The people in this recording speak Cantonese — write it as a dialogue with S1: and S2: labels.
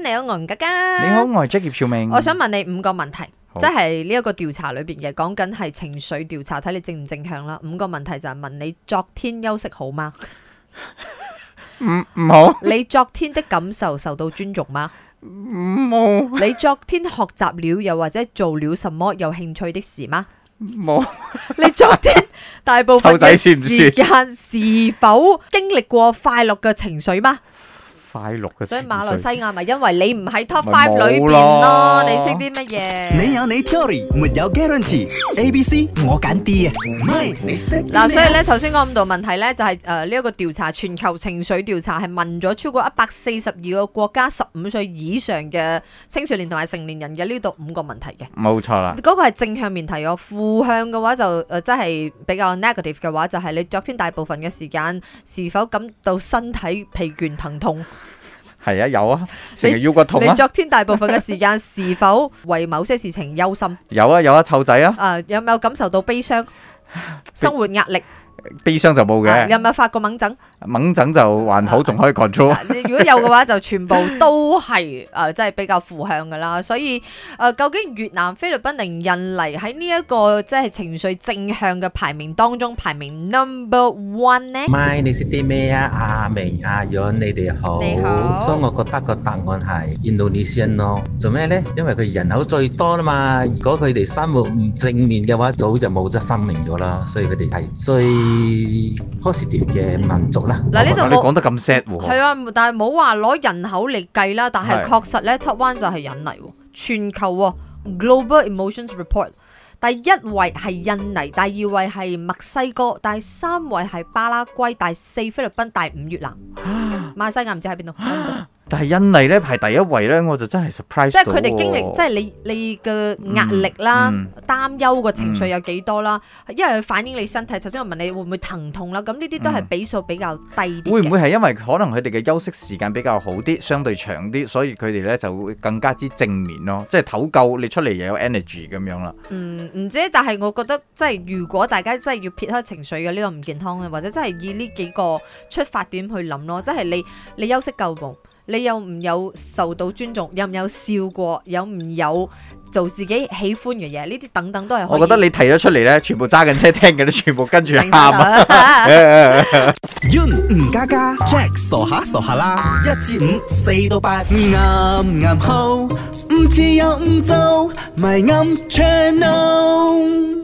S1: 你好，我吳家家。
S2: 你好，我係職業兆明。
S1: 我想問你五個問題，
S2: 好
S1: 即係呢一個調查裏邊嘅，講緊係情緒調查，睇你正唔正向啦。五個問題就係問你昨天休息好 嗎？
S2: 唔唔好，
S1: 你昨天的感受受到尊 重嗎？
S2: 冇
S1: 你昨天學習了又或者做了什麼有興趣的事嗎？
S2: 冇
S1: 你昨天大部分
S2: 湊仔
S1: 嘅
S2: 算唔
S1: 時
S2: 算
S1: 間是否經歷過快樂嘅情緒嗎？
S2: 快樂 嘅情緒。
S1: 所以馬來西亞咪因為你唔喺 top
S2: 咪
S1: five
S2: 冇
S1: 裏邊
S2: 咯
S1: 咯，你識啲乜嘢？
S3: 你有你 theory，沒有 guarantee。A、B、C 我揀 D 啊，MY 你識啲咩啊
S1: 嗱，所以咧，頭先講五道問題咧，就係呃誒呢一個調查，全球情緒調查係問咗超過一百四十二個國家十五歲以上嘅青少年同埋成年人嘅呢度五個問題嘅。
S2: 冇錯啦，
S1: 嗰個係正向面題喎，負向嘅話就誒，即係比較 negative 嘅話，就係你昨天大部分嘅時間是否感到身體疲倦疼痛？
S2: 係啊有啊，成日腰骨痛
S1: 你
S2: 啊，
S1: 昨天大部分嘅時間是否為某些事情憂心？
S2: 有啊有啊，湊仔啊，
S1: 誒，有冇感受到悲傷？生活壓力
S2: 悲傷就冇
S1: 啊有
S2: 嘅，
S1: 冇發過掹疹？
S2: 掹陣就還好，仲可以 control。
S1: 嗱啊如果有嘅話，就全部都係誒，呃即係比較負向噶啦。所以誒、呃究竟越南、菲律賓定印尼喺呢一個即係情緒正向嘅排名當中排名 number one 呢？
S4: 咪你識啲咩啊？阿明、阿潤，你哋好。
S1: 你好
S4: 所以我覺得個答案係 Indonesian 咯。做咩呢？因為佢人口最多啦嘛。如果佢哋生活唔正面嘅話，早就冇咗生命咗啦。所以佢哋係最 positive 嘅民族啦。
S1: 嗱呢度
S2: 哇你
S1: 冇
S2: 講得咁 sad
S1: 係
S2: 喎，
S1: 啊，但係冇話攞人口嚟計啦，但係
S2: 係
S1: 確實咧 top one 就係印尼喎，全球喎 Global Emotions Report。第一位係印尼，第二位係墨西哥，第三位係巴拉圭，第四菲律賓，第五越南，
S2: 啊
S1: 馬來西亞唔知喺邊 度，揾唔到
S2: 但係印尼咧排第一位咧，我就真係 surprise
S1: 即係佢哋
S2: 到
S1: 經歷，
S2: 喎
S1: 即係你你嘅壓力啦、
S2: 嗯
S1: 擔憂嘅情緒有幾多啦，因為佢反映你身體。頭先我問你會唔會疼痛啦，咁呢啲都係
S2: 嗯
S1: 比數比較低啲嘅。
S2: 會唔會係因為可能佢哋嘅休息時間比較好啲，相對長啲，所以佢哋咧就會更加之正面咯，即係唞夠，你出嚟又有 energy 咁樣啦。
S1: 嗯，唔知，但係我覺得即係如果大家真係要撇開情緒嘅呢個唔健康嘅，啊或者真係以呢幾個出發點去諗咯，即係你你休息夠冇，你有唔有受到尊重，有唔有笑過，有唔有做自己喜歡嘅嘢，呢啲等等都係可
S2: 我
S1: 以
S2: 覺得你提咗出嚟咧，全部揸緊車聽嘅都全部跟住
S1: 頂
S2: 喊
S1: 得
S2: 啊！
S1: 啦
S3: Yun ừ, 吳家家，Jack 傻下傻下啦，一至五，四到八，啱 ừ, 啱好，唔似又唔做，咪啱 channel。